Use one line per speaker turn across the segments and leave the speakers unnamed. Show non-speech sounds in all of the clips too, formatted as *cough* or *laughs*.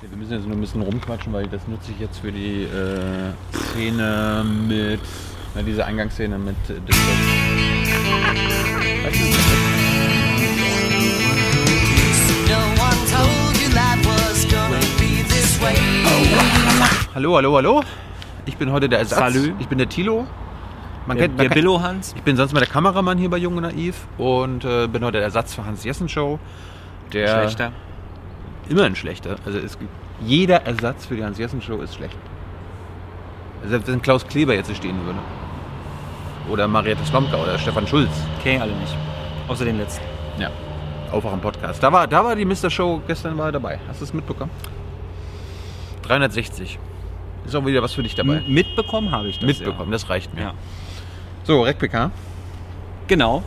Wir müssen jetzt nur ein bisschen rumquatschen, weil das nutze ich jetzt für die äh, Szene mit, na, diese Eingangsszene mit äh, Disco. Weißt du,
No one told you life was gonna be this way.
Hallo, hallo, hallo. Ich bin heute der Ersatz.
Salü.
Ich bin der Tilo. Man
Der,
kennt, man kennt,
der Billo Hans.
ich bin sonst mal der Kameramann hier bei Jung und Naiv und äh, bin heute der Ersatz für Hans Jessen Show. Der
Schlechter.
immer ein schlechter. Also es gibt, jeder Ersatz für die Hans Jessen Show ist schlecht. Selbst wenn Klaus Kleber jetzt hier stehen würde. Oder Marietta Slomka oder Stefan Schulz.
Kennen alle nicht. Außer den letzten.
Ja. Aufwachen Podcast. Da war, da war die Mr. Show gestern mal dabei. Hast du es mitbekommen? 360. Ist auch wieder was für dich dabei.
M- Mitbekommen habe ich das.
Mitbekommen, das reicht mir.
Hm. Ja. ja.
So, RecPK.
Genau.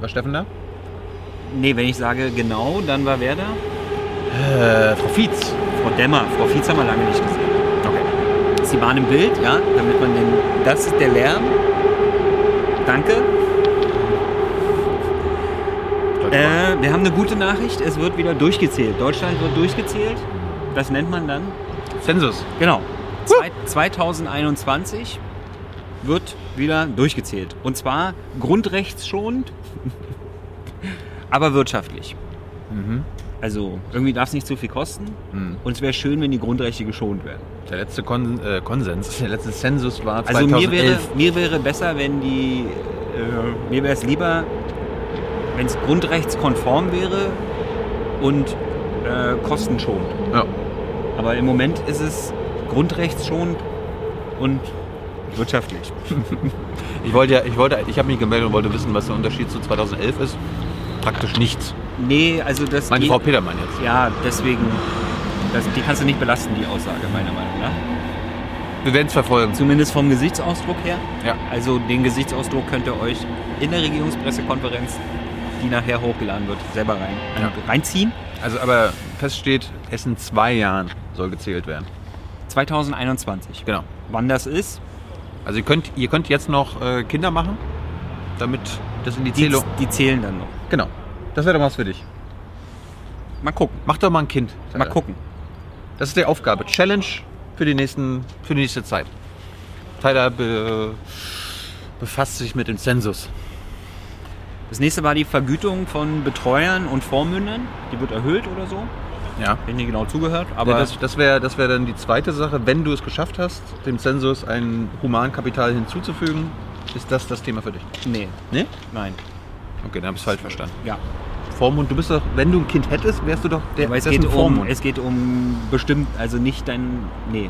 War Steffen da?
Nee, wenn ich sage genau, dann war wer da?
Äh, Frau Fietz.
Frau Dämmer. Frau Fietz haben wir lange nicht gesehen.
Okay.
Sie waren im Bild, ja, damit man den. Das ist der Lärm. Danke. Äh, wir haben eine gute Nachricht. Es wird wieder durchgezählt. Deutschland wird durchgezählt. Was nennt man dann?
Zensus.
Genau. Zwei, 2021 wird wieder durchgezählt. Und zwar grundrechtsschonend, *laughs* aber wirtschaftlich. Also irgendwie darf es nicht zu viel kosten.
Mhm.
Und es wäre schön, wenn die Grundrechte geschont werden.
Der letzte Kon äh, Konsens, der letzte Zensus war 2011.
Also mir wäre, mir wäre besser, wenn die, äh, mir wäre es lieber, wenn es grundrechtskonform wäre und äh, kostenschonend.
Ja.
Aber im Moment ist es grundrechtsschonend und wirtschaftlich.
*laughs* Ich wollte ja, ich wollte, ich habe mich gemeldet und wollte wissen, was der Unterschied zu 2011 ist. Praktisch nichts.
Nee, also das.
Meine
die-
Frau Petermann jetzt.
Ja, deswegen. Das, die kannst du nicht belasten, die Aussage, meiner Meinung nach.
Wir werden es verfolgen.
Zumindest vom Gesichtsausdruck her.
Ja.
Also den Gesichtsausdruck könnt ihr euch in der Regierungspressekonferenz, die nachher hochgeladen wird, selber rein,
Ja.
reinziehen.
Also aber fest steht, es in zwei Jahren soll gezählt werden.
2021.
Genau.
Wann das ist?
Also ihr könnt, ihr könnt jetzt noch äh, Kinder machen, damit das in die
Die,
Zählung.
die zählen dann noch.
Genau. Das wäre doch was für dich.
Mal gucken.
Mach doch mal ein Kind.
Mal
Alter.
gucken.
Das ist die Aufgabe. Challenge für die, nächsten, für die nächste Zeit. Tyler be, befasst sich mit dem Zensus.
Das nächste war die Vergütung von Betreuern und Vormündern. Die wird erhöht oder so.
Ja.
Bin nicht genau zugehört, aber
Aber das das wäre das wär dann die zweite Sache. Wenn du es geschafft hast, dem Zensus ein Humankapital hinzuzufügen, ist das das Thema für dich.
nee,
Ne?
nein.
Okay, dann habe ich es falsch verstanden.
Ja,
Vormund, du bist doch, wenn du ein Kind hättest, wärst du doch der
aber es
dessen
geht, um,
Vormund.
es geht um bestimmt, also nicht dein, nee.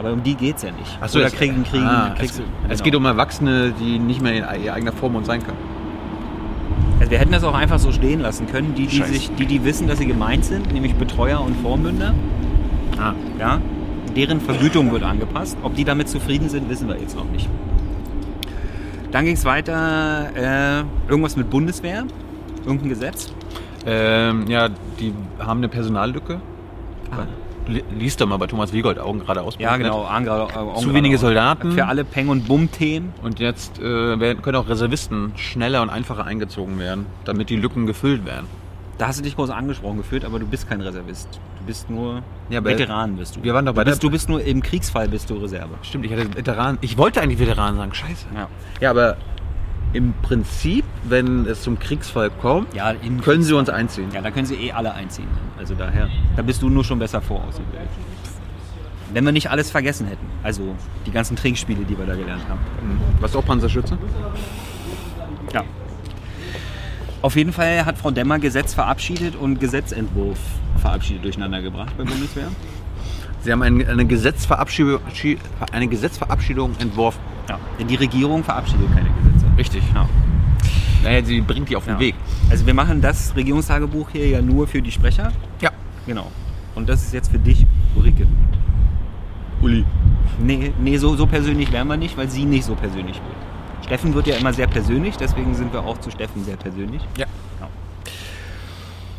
Aber um die geht's ja nicht.
Ach so,
Oder
es-
kriegen, kriegen,
ah,
kriegst
es,
du-
es
genau.
geht um Erwachsene, die nicht mehr ihr- ihr eigener Vormund sein können.
Also wir hätten das auch einfach so stehen lassen können. Die, die,
um- Scheiße.
sich, die, die wissen, dass sie gemeint sind, nämlich Betreuer und Vormünder,
Ah.
ja, deren Vergütung wird angepasst. Ob die damit zufrieden sind, wissen wir jetzt noch nicht. Dann ging's weiter, äh, irgendwas mit Bundeswehr, irgendein Gesetz.
Ähm, ja, die haben eine Personallücke.
Ah.
Li- Lies doch mal bei Thomas Wiegold Augen gerade aus.
Ja, genau. Angra, äh,
Zu wenige Soldaten.
Für alle Peng- und Bumm-Themen.
Und jetzt äh, werden, können auch Reservisten schneller und einfacher eingezogen werden, damit die Lücken gefüllt werden.
Da hast du dich groß angesprochen gefühlt, aber du bist kein Reservist. Du bist nur
Ja, aber-
Veteran bist du.
Wir waren doch bei
du bist,
der-
du bist nur im Kriegsfall bist du Reserve.
Stimmt, ich hatte Veteran. Ich wollte eigentlich Veteran sagen, scheiße.
Ja,
Ja, aber im Prinzip, wenn es zum Kriegsfall kommt,
ja in
können sie uns einziehen.
Ja, da können sie eh alle einziehen. Also daher, da bist du nur schon besser vorausgebildet. Wenn wir nicht alles vergessen hätten, also die ganzen Trinkspiele, die wir da gelernt haben.
Was auch Panzerschütze?
Ja. Auf jeden Fall hat Frau Demmer Gesetz verabschiedet und Gesetzentwurf verabschiedet durcheinander gebracht bei Bundeswehr.
Sie haben ein, eine, Gesetzverabschiedung, schi- eine Gesetzverabschiedung entworfen.
Ja. Denn die Regierung verabschiedet keine Gesetze.
Richtig.
Ja.
Naja, sie bringt die auf den
Ja.
Weg.
Also wir machen das Regierungstagebuch hier ja nur für die Sprecher.
Ja.
Genau. Und das ist jetzt für dich, Ulrike.
Uli.
Nee, nee so, so persönlich wären wir nicht, weil sie nicht so persönlich wird. Steffen wird ja immer sehr persönlich, deswegen sind wir auch zu Steffen sehr persönlich.
Ja.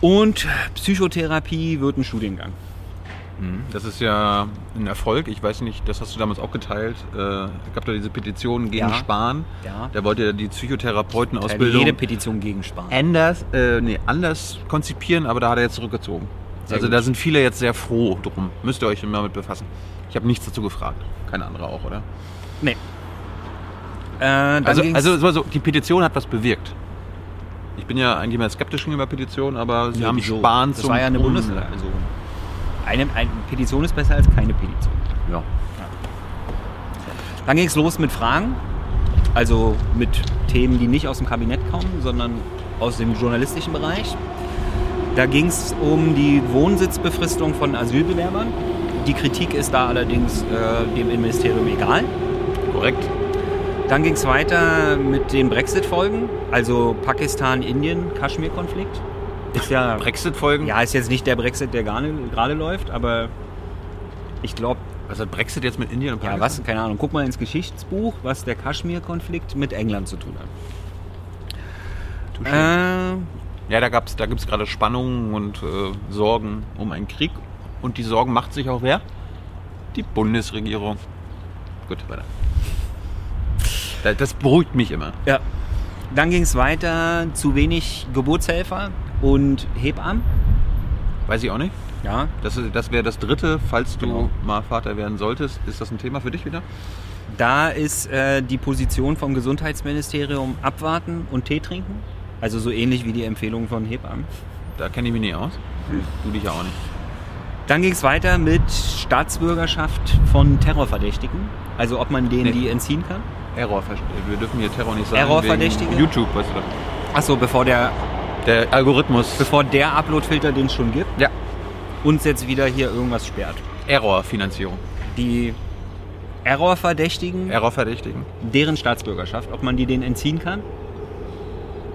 Und Psychotherapie wird ein Studiengang.
Hm, Das ist ja ein Erfolg. Ich weiß nicht, das hast du damals auch geteilt. Äh, gab da diese Petition gegen
Ja.
Spahn.
Ja.
Da wollte ja die Psychotherapeutenausbildung Äh,
Jede Petition gegen Spahn.
anders, äh, nee, anders konzipieren, aber da hat er jetzt zurückgezogen.
Sehr
also
gut.
da sind viele jetzt sehr froh drum. Müsst ihr euch immer mit befassen. Ich habe nichts dazu gefragt. Keine andere auch, oder?
Nee. Äh, dann
Also,
ging's-
also es war so, die Petition hat was bewirkt. Ich bin ja eigentlich immer skeptisch gegenüber Petitionen, aber sie
Nee,
haben
wieso?
Spahn
Das
zum
war ja eine
Brunnen-
Bundeslade.
Also,
eine, eine Petition ist besser als keine Petition.
ja.
Dann ging es los mit Fragen, also mit Themen, die nicht aus dem Kabinett kommen, sondern aus dem journalistischen Bereich. Da ging es um die Wohnsitzbefristung von Asylbewerbern. Die Kritik ist da allerdings äh, dem Innenministerium egal.
Korrekt.
Dann ging es weiter mit den Brexit-Folgen, also Pakistan, Indien, Kaschmir-Konflikt. Ist ja,
Brexit-Folgen?
ja, ist jetzt nicht der Brexit, der gar nicht- gerade läuft, aber ich glaube,
Was hat Brexit jetzt mit Indien und
ja,
Pakistan?
was, keine Ahnung, guck mal ins Geschichtsbuch, was der Kaschmir-Konflikt mit England zu tun hat.
Touché.
Äh,
Ja, da, gab's- da gibt es gerade Spannungen und äh, Sorgen um einen Krieg. Und die Sorgen macht sich auch wer? Die Bundesregierung. Gut, weiter. Da- Das beruhigt mich immer.
ja. Dann ging es weiter, zu wenig Geburtshelfer und Hebammen.
Weiß ich auch nicht.
Ja.
Das, ist- das wäre das dritte, falls du
Genau.
mal Vater werden solltest. Ist das ein Thema für dich wieder?
Da ist äh, die Position vom Gesundheitsministerium abwarten und Tee trinken. Also so ähnlich wie die Empfehlung von Hebammen.
Da kenne ich mich nicht aus. Du dich ja auch nicht.
Dann ging es weiter mit Staatsbürgerschaft von Terrorverdächtigen. Also ob man denen
Nee.
die entziehen kann.
Error, wir dürfen hier Terror nicht sagen.
Terrorverdächtige?
wegen YouTube, weißt du doch.
Achso, bevor der,
Der Algorithmus.
bevor der Uploadfilter, den es schon gibt,
ja,
uns jetzt wieder hier irgendwas sperrt.
Errorfinanzierung.
Die Errorverdächtigen,
Errorverdächtigen.
deren Staatsbürgerschaft, ob man die denen entziehen kann.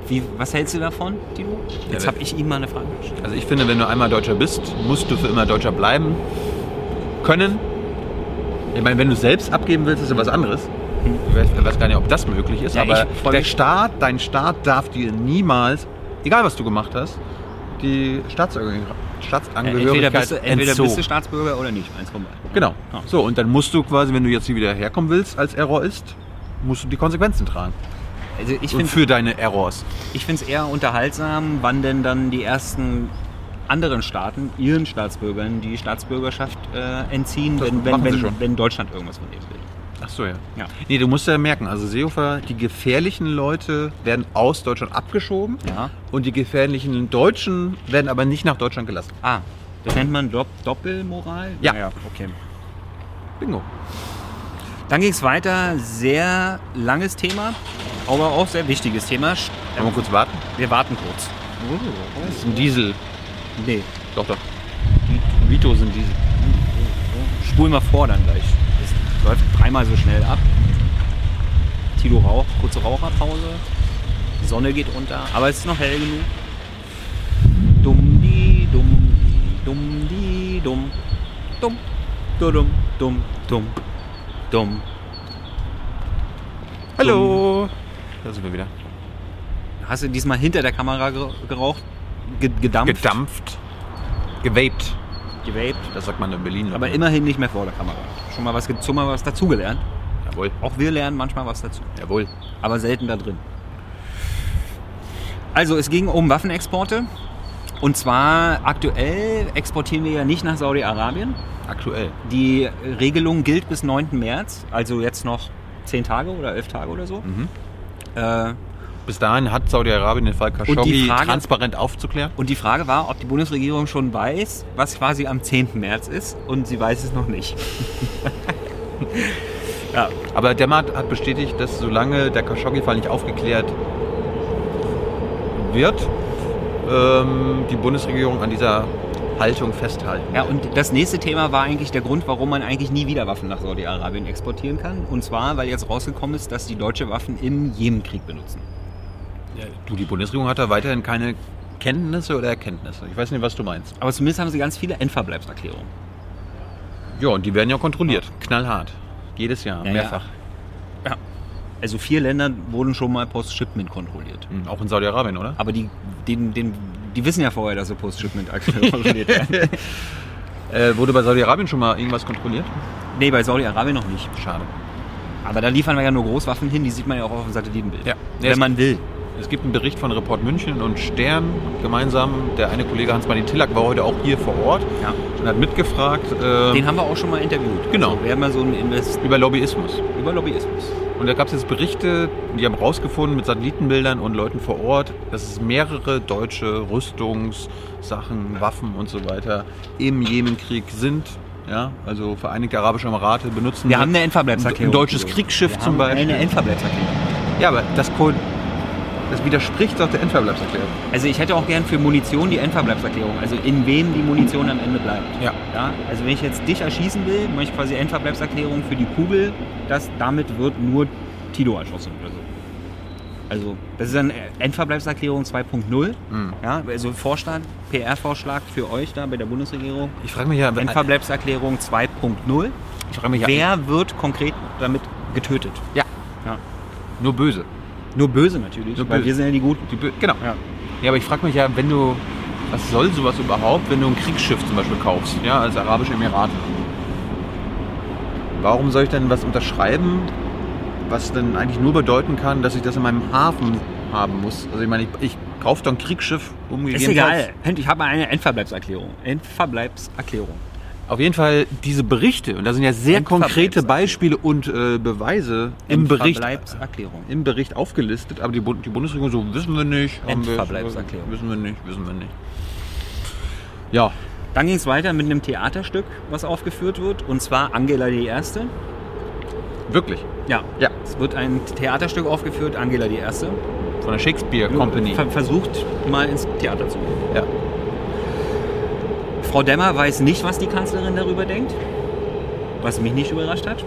Wie, was hältst du davon, Tilo? Jetzt
Ja,
habe ich ihm mal eine Frage gestellt.
Also ich finde, wenn du einmal Deutscher bist, musst du für immer Deutscher bleiben können. Ich meine, wenn du es selbst abgeben willst, ist ja was anderes. Ich weiß, ich weiß gar nicht, ob das möglich ist,
Ja,
aber
ich freu
der
mich-
Staat, dein Staat darf dir niemals, egal was du gemacht hast, die Staatsangehörigkeit, Staatsangehörigkeit
Äh, Entweder, bist du, entweder
entzogen.
bist du Staatsbürger oder nicht, eins von beiden.
Genau.
Ja.
So, und dann musst du quasi, wenn du jetzt hier wieder herkommen willst, als Error ist, musst du die Konsequenzen tragen.
Also ich
Und
finde
für deine Errors.
Ich finde es eher unterhaltsam, wann denn dann die ersten anderen Staaten ihren Staatsbürgern die Staatsbürgerschaft äh, entziehen,
Das
wenn, wenn,
machen sie
wenn,
schon.
wenn Deutschland irgendwas von denen will.
Ach so, ja.
Ja.
Nee, du musst ja merken, also Seehofer, die gefährlichen Leute werden aus Deutschland abgeschoben
Ja.
und die gefährlichen Deutschen werden aber nicht nach Deutschland gelassen.
Ah, das nennt man Dop- Doppelmoral?
Ja.
Naja, okay.
Bingo.
Dann ging es weiter, sehr langes Thema, aber auch sehr wichtiges Thema. Sch-
Wollen wir kurz warten?
Wir warten kurz.
Das ist ein Diesel.
Nee,
Doch, doch. Vito sind Diesel.
spul mal vor dann gleich. Es läuft dreimal so schnell ab. Tilo raucht, kurze Raucherpause. Die Sonne geht unter, aber es ist noch hell genug. Dumm di dumm di dumm di dumm dumm du dumm dumm dumm dumm.
Hallo. Da sind wir wieder.
Hast du diesmal hinter der Kamera ge- geraucht, ge gedampft,
Gedampft. Gewaped.
gewaped,
Das sagt man in Berlin.
aber immerhin nicht mehr vor der Kamera. Schon mal was, ge- schon mal was dazugelernt.
Jawohl.
Auch wir lernen manchmal was dazu.
Jawohl.
aber selten da drin. Also es ging um Waffenexporte. Und zwar aktuell exportieren wir ja nicht nach Saudi-Arabien.
Aktuell.
Die Regelung gilt bis 9. März, also jetzt noch 10 Tage oder 11 Tage oder so. Äh,
Bis dahin hat Saudi-Arabien den Fall Khashoggi
Frage-
transparent aufzuklären.
und die Frage war, ob die Bundesregierung schon weiß, was quasi am 10. März ist. Und sie weiß es noch nicht. *laughs* ja,
Aber der Markt hat bestätigt, dass solange der Khashoggi-Fall nicht aufgeklärt wird, ähm, die Bundesregierung an dieser Haltung festhalten.
Ja, und das nächste Thema war eigentlich der Grund, warum man eigentlich nie wieder Waffen nach Saudi-Arabien exportieren kann. Und zwar, weil jetzt rausgekommen ist, dass die Deutsche Waffen im Jemenkrieg benutzen.
Du, die Bundesregierung hat da weiterhin keine Kenntnisse oder Erkenntnisse. Ich weiß nicht, was du meinst.
Aber zumindest haben sie ganz viele Endverbleibserklärungen.
Ja, und die werden ja kontrolliert. Knallhart. Jedes Jahr,
Ja,
mehrfach.
Also vier Länder wurden schon mal Post-Shipment kontrolliert.
Hm, Auch in Saudi-Arabien, oder?
Aber die, den, den, die wissen ja vorher, dass sie Post-Shipment *laughs* kontrolliert werden.
Äh, wurde bei Saudi-Arabien schon mal irgendwas kontrolliert?
Nee, bei Saudi-Arabien noch nicht.
Schade.
Aber da liefern wir ja nur Großwaffen hin, die sieht man ja auch auf dem Satellitenbild.
Ja.
Wenn man will.
Es gibt einen Bericht von Report München und Stern gemeinsam. Der eine Kollege Hans-Martin Tillack war heute auch hier vor Ort
Ja.
und hat mitgefragt äh,
Den haben wir auch schon mal interviewt.
Genau.
Also, wir haben ja so ein Invest
über Lobbyismus.
über Lobbyismus.
Und da gab es jetzt Berichte, die haben rausgefunden mit Satellitenbildern und Leuten vor Ort, dass es mehrere deutsche Rüstungssachen, Waffen und so weiter im Jemenkrieg sind. Ja, also Vereinigte Arabische Emirate benutzen
Wir haben eine Endverbleibserklärung.
Mhm. Ein deutsches Kriegsschiff
wir
zum
haben
Beispiel.
Eine Endverbleibserklärung.
Ja, aber das, Ko- das widerspricht doch der Endverbleibserklärung.
Also ich hätte auch gern für Munition die Endverbleibserklärung, also in wem die Munition am Ende bleibt.
Ja.
Ja, also wenn ich jetzt dich erschießen will, mache ich quasi Endverbleibserklärung für die Kugel, dass damit wird nur Tilo erschossen oder so. Also das ist dann Endverbleibserklärung 2.0.
Hm.
Ja, also Vorstand, PR-Vorschlag für euch da bei der Bundesregierung.
Ich frage mich ja,
Endverbleibserklärung 2.0.
ich frage mich ja,
Wer wird konkret damit getötet?
Ja.
Ja.
nur böse.
Nur böse natürlich,
Nur
weil
böse.
wir sind ja die Guten.
Die Bö genau.
Ja.
Ja, aber ich frage mich ja, wenn du, was soll sowas überhaupt, wenn du ein Kriegsschiff zum Beispiel kaufst, ja, als Arabische Emirate? Warum soll ich denn was unterschreiben, was dann eigentlich nur bedeuten kann, dass ich das in meinem Hafen haben muss? Also ich meine, ich, ich kaufe doch ein Kriegsschiff, um
Ist
gegebenenfalls-
egal. Ich habe eine Endverbleibserklärung. Endverbleibserklärung.
Auf jeden Fall diese Berichte, und da sind ja sehr konkrete Beispiele
Endverbleibserklärung.
und äh, Beweise im Bericht,
Endverbleibserklärung.
im Bericht aufgelistet, aber die, Bund die Bundesregierung so, wissen wir nicht. haben wir-
Endverbleibserklärung.
Wissen wir nicht, wissen wir nicht. Ja,
Dann ging es weiter mit einem Theaterstück, was aufgeführt wird, und zwar Angela die Erste.
wirklich.
Ja.
Ja,
Es wird ein Theaterstück aufgeführt, Angela die Erste.
von der Shakespeare Company.
Ver versucht mal ins Theater zu gehen.
Ja.
Frau Demmer weiß nicht, was die Kanzlerin darüber denkt, was mich nicht überrascht hat.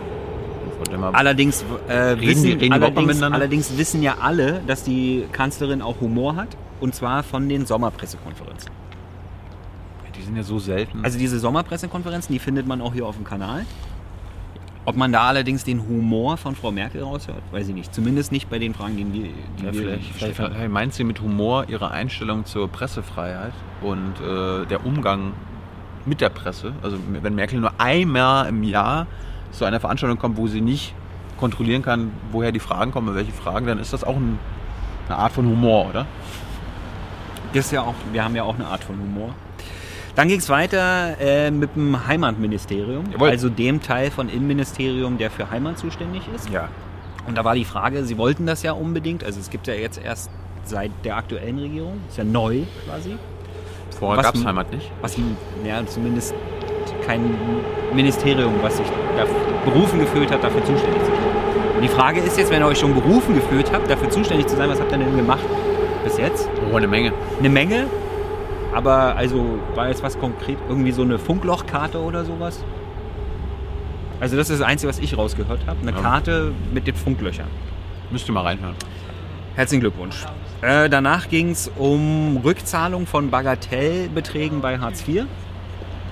Allerdings, äh,
die-
wissen,
reden die überhaupt
allerdings,
miteinander?
allerdings wissen ja alle, dass die Kanzlerin auch Humor hat, und zwar von den Sommerpressekonferenzen.
Hm. Die sind ja so selten.
Also diese Sommerpressekonferenzen, die findet man auch hier auf dem Kanal. Ob man da allerdings den Humor von Frau Merkel raushört, weiß ich nicht. Zumindest nicht bei den Fragen, die wir, die
ja,
wir
vielleicht,
gestellt
vielleicht
haben.
hey, meint sie mit Humor ihre Einstellung zur Pressefreiheit und äh, der Umgang mit der Presse? Also wenn Merkel nur einmal im Jahr zu einer Veranstaltung kommt, wo sie nicht kontrollieren kann, woher die Fragen kommen und welche Fragen, dann ist das auch ein, eine Art von Humor, oder?
Das ist ja auch, wir haben ja auch eine Art von Humor. Dann ging es weiter äh, mit dem Heimatministerium,
Jawohl.
also dem Teil von Innenministerium, der für Heimat zuständig ist.
Ja.
Und da war die Frage, sie wollten das ja unbedingt, also es gibt ja jetzt erst seit der aktuellen Regierung, ist ja neu quasi,
Vorher
Was
gab es
m-
Heimat nicht.
was ja, zumindest kein Ministerium, was sich da berufen gefühlt hat, dafür zuständig zu sein. Und die Frage ist jetzt, wenn ihr euch schon berufen gefühlt habt, dafür zuständig zu sein, was habt ihr denn gemacht bis jetzt?
Oh, eine Menge.
Eine Menge, aber also war jetzt was konkret, irgendwie so eine Funklochkarte oder sowas? Also das ist das Einzige, was ich rausgehört habe, eine
Ja.
Karte mit den Funklöchern.
Müsst ihr mal reinhören.
Herzlichen Glückwunsch. Äh, danach ging es um Rückzahlung von Bagatellbeträgen bei Hartz IV.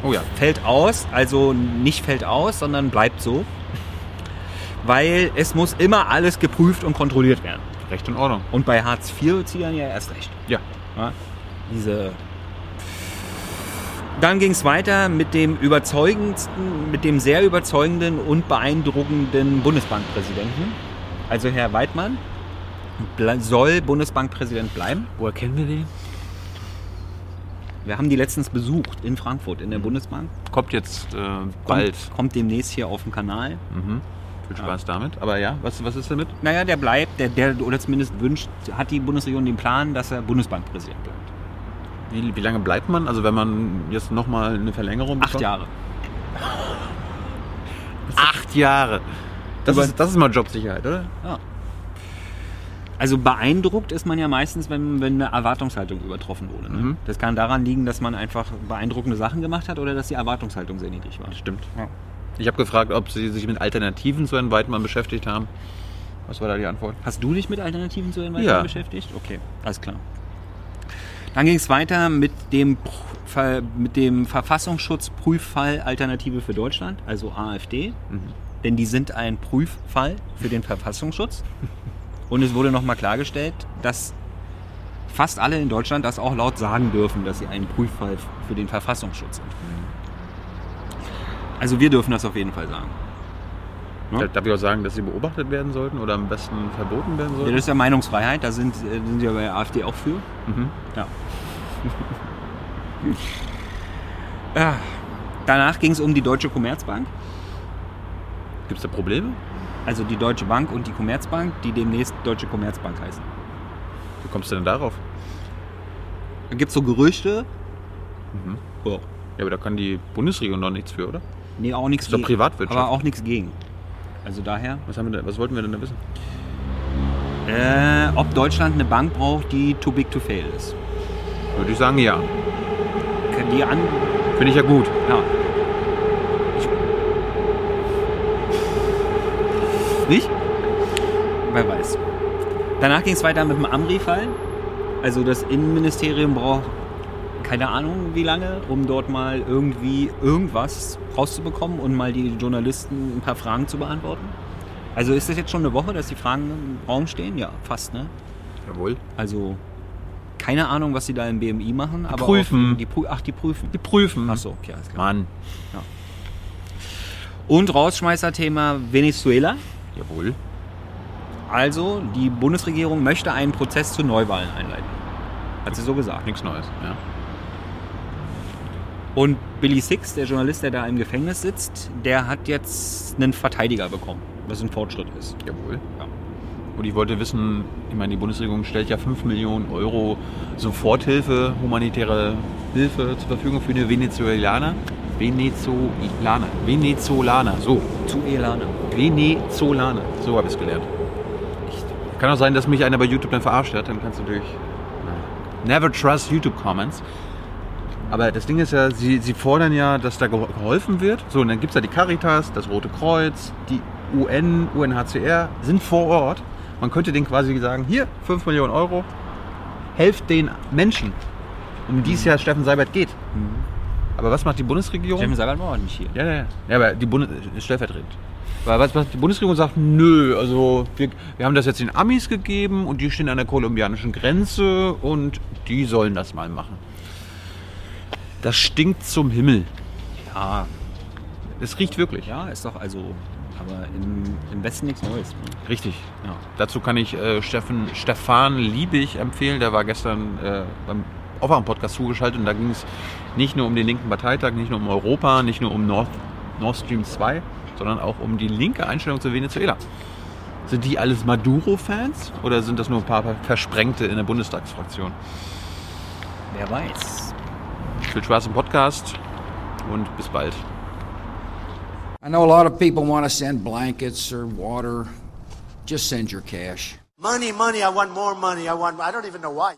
Oh ja.
fällt aus, also nicht fällt aus, sondern bleibt so. Weil es muss immer alles geprüft und kontrolliert werden.
Recht und Ordnung.
Und bei Hartz-IV-Zielern ja erst recht.
Ja.
Ja, diese. Dann ging es weiter mit dem überzeugendsten, mit dem sehr überzeugenden und beeindruckenden Bundesbankpräsidenten. Also Herr Weidmann ble- soll Bundesbankpräsident bleiben.
Woher kennen wir den?
Wir haben die letztens besucht in Frankfurt in der Bundesbank.
Kommt jetzt äh,
Kommt,
Mhm. bald.
kommt demnächst hier auf dem Kanal.
Mhm. Viel Spaß damit. Aber ja, was, was ist damit?
Naja, der bleibt, der, der oder zumindest wünscht, hat die Bundesregierung den Plan, dass er Bundesbankpräsident bleibt.
Wie, wie lange bleibt man? Also wenn man jetzt nochmal eine Verlängerung
Acht
bekommt?
Jahre.
Acht Jahre. Das
Über-
ist, das ist mal Jobsicherheit, oder?
Ja. Also beeindruckt ist man ja meistens, wenn, wenn eine Erwartungshaltung übertroffen wurde. Ne?
Mhm.
Das kann daran liegen, dass man einfach beeindruckende Sachen gemacht hat oder dass die Erwartungshaltung sehr niedrig war.
Stimmt. Ich habe gefragt, ob Sie sich mit Alternativen zu Herrn Weidmann beschäftigt haben. Was war da die Antwort?
Hast du dich mit Alternativen zu Hinweisen
Ja.
beschäftigt? Okay, alles klar. Dann ging es weiter mit dem, Pr- Ver- mit dem Verfassungsschutzprüffall Alternative für Deutschland, also AfD. Denn die sind ein Prüffall für den Verfassungsschutz. Und es wurde nochmal klargestellt, dass fast alle in Deutschland das auch laut sagen dürfen, dass sie ein Prüffall f- für den Verfassungsschutz sind. Also wir dürfen das auf jeden Fall sagen. Ne?
Darf ich auch sagen, dass sie beobachtet werden sollten oder am besten verboten werden
Ja,
sollten?
das ist ja Meinungsfreiheit, da sind, äh, sind ja bei der AfD auch für.
Mhm.
Ja. *laughs* Ah, Danach ging es um die Deutsche Commerzbank,
Gibt es da Probleme?
also die Deutsche Bank und die Commerzbank, die demnächst Deutsche Commerzbank heißen.
Wie kommst du denn darauf?
Da gibt es so Gerüchte.
Mhm.
Ja.
Ja, aber da kann die Bundesregierung doch nichts für, oder?
Nee, auch nichts
Ist doch
gegen.
Privatwirtschaft.
Aber auch nichts gegen. Also daher.
Was, haben wir denn, was wollten wir denn da wissen?
Äh, ob Deutschland eine Bank braucht, die too big to fail ist.
Würde ich sagen, ja.
Die an.
Finde ich ja gut.
Ja. Ich, nicht? Wer weiß. Danach ging es weiter mit dem Amri-Fall. Also das Innenministerium braucht keine Ahnung wie lange, um dort mal irgendwie irgendwas rauszubekommen und mal die Journalisten ein paar Fragen zu beantworten. Also ist das jetzt schon eine Woche, dass die Fragen im Raum stehen? Ja, fast, ne?
Jawohl.
Also keine Ahnung, was sie da im BMI machen, aber auch-
prüfen.
Die Prü Ach, die prüfen.
Die prüfen.
Ach so, ja, ist klar.
Mann.
Und Rausschmeißerthema Venezuela.
Jawohl.
Also, die Bundesregierung möchte einen Prozess zu Neuwahlen einleiten. Hat sie so gesagt.
Nichts Neues. Ja.
Und Billy Six, der Journalist, der da im Gefängnis sitzt, der hat jetzt einen Verteidiger bekommen, was ein Fortschritt ist.
Jawohl.
Ja.
Und ich wollte wissen, ich meine, die Bundesregierung stellt ja 5 Millionen Euro Soforthilfe, humanitäre Hilfe zur Verfügung für die Venezuelaner. Venezolaner. Venezolaner. So.
Zu Elane.
Venezolaner. So habe ich es gelernt. Kann auch sein, dass mich einer bei YouTube dann verarscht hat. Dann kannst du natürlich. Never trust YouTube Comments. Aber das Ding ist ja, sie, sie fordern ja, dass da gehol- geholfen wird. So, und dann gibt es ja die Caritas, das Rote Kreuz, die UN, UNHCR sind vor Ort. Man könnte denen quasi sagen, hier, 5 Millionen Euro, helft den Menschen, um die es ja Steffen Seibert geht. Aber was macht die Bundesregierung?
James Sagan war auch nicht hier.
Ja, ja, ja. ja aber die Bundes ist stellvertretend. Weil was, was die Bundesregierung sagt, nö, also wir, wir haben das jetzt den Amis gegeben und die stehen an der kolumbianischen Grenze und die sollen das mal machen. Das stinkt zum Himmel.
Ja,
Es riecht wirklich.
Ah, ja ist doch also. Aber im, im Westen nichts Neues.
Richtig.
Ja.
Dazu kann ich äh, Steffen, Stefan Liebig empfehlen. Der war gestern äh, beim Aufwachen-Podcast zugeschaltet und da ging es nicht nur um den linken Parteitag, nicht nur um Europa, nicht nur um Nord, Nord Stream 2, sondern auch um die linke Einstellung zu Venezuela. Sind die alles Maduro-Fans oder sind das nur ein paar Versprengte in der Bundestagsfraktion?
Wer weiß.
Viel Spaß im Podcast und bis bald.
I know a lot of people want to send blankets or water. Just send your cash.
Money, money, I want more money. I want, I don't even know why.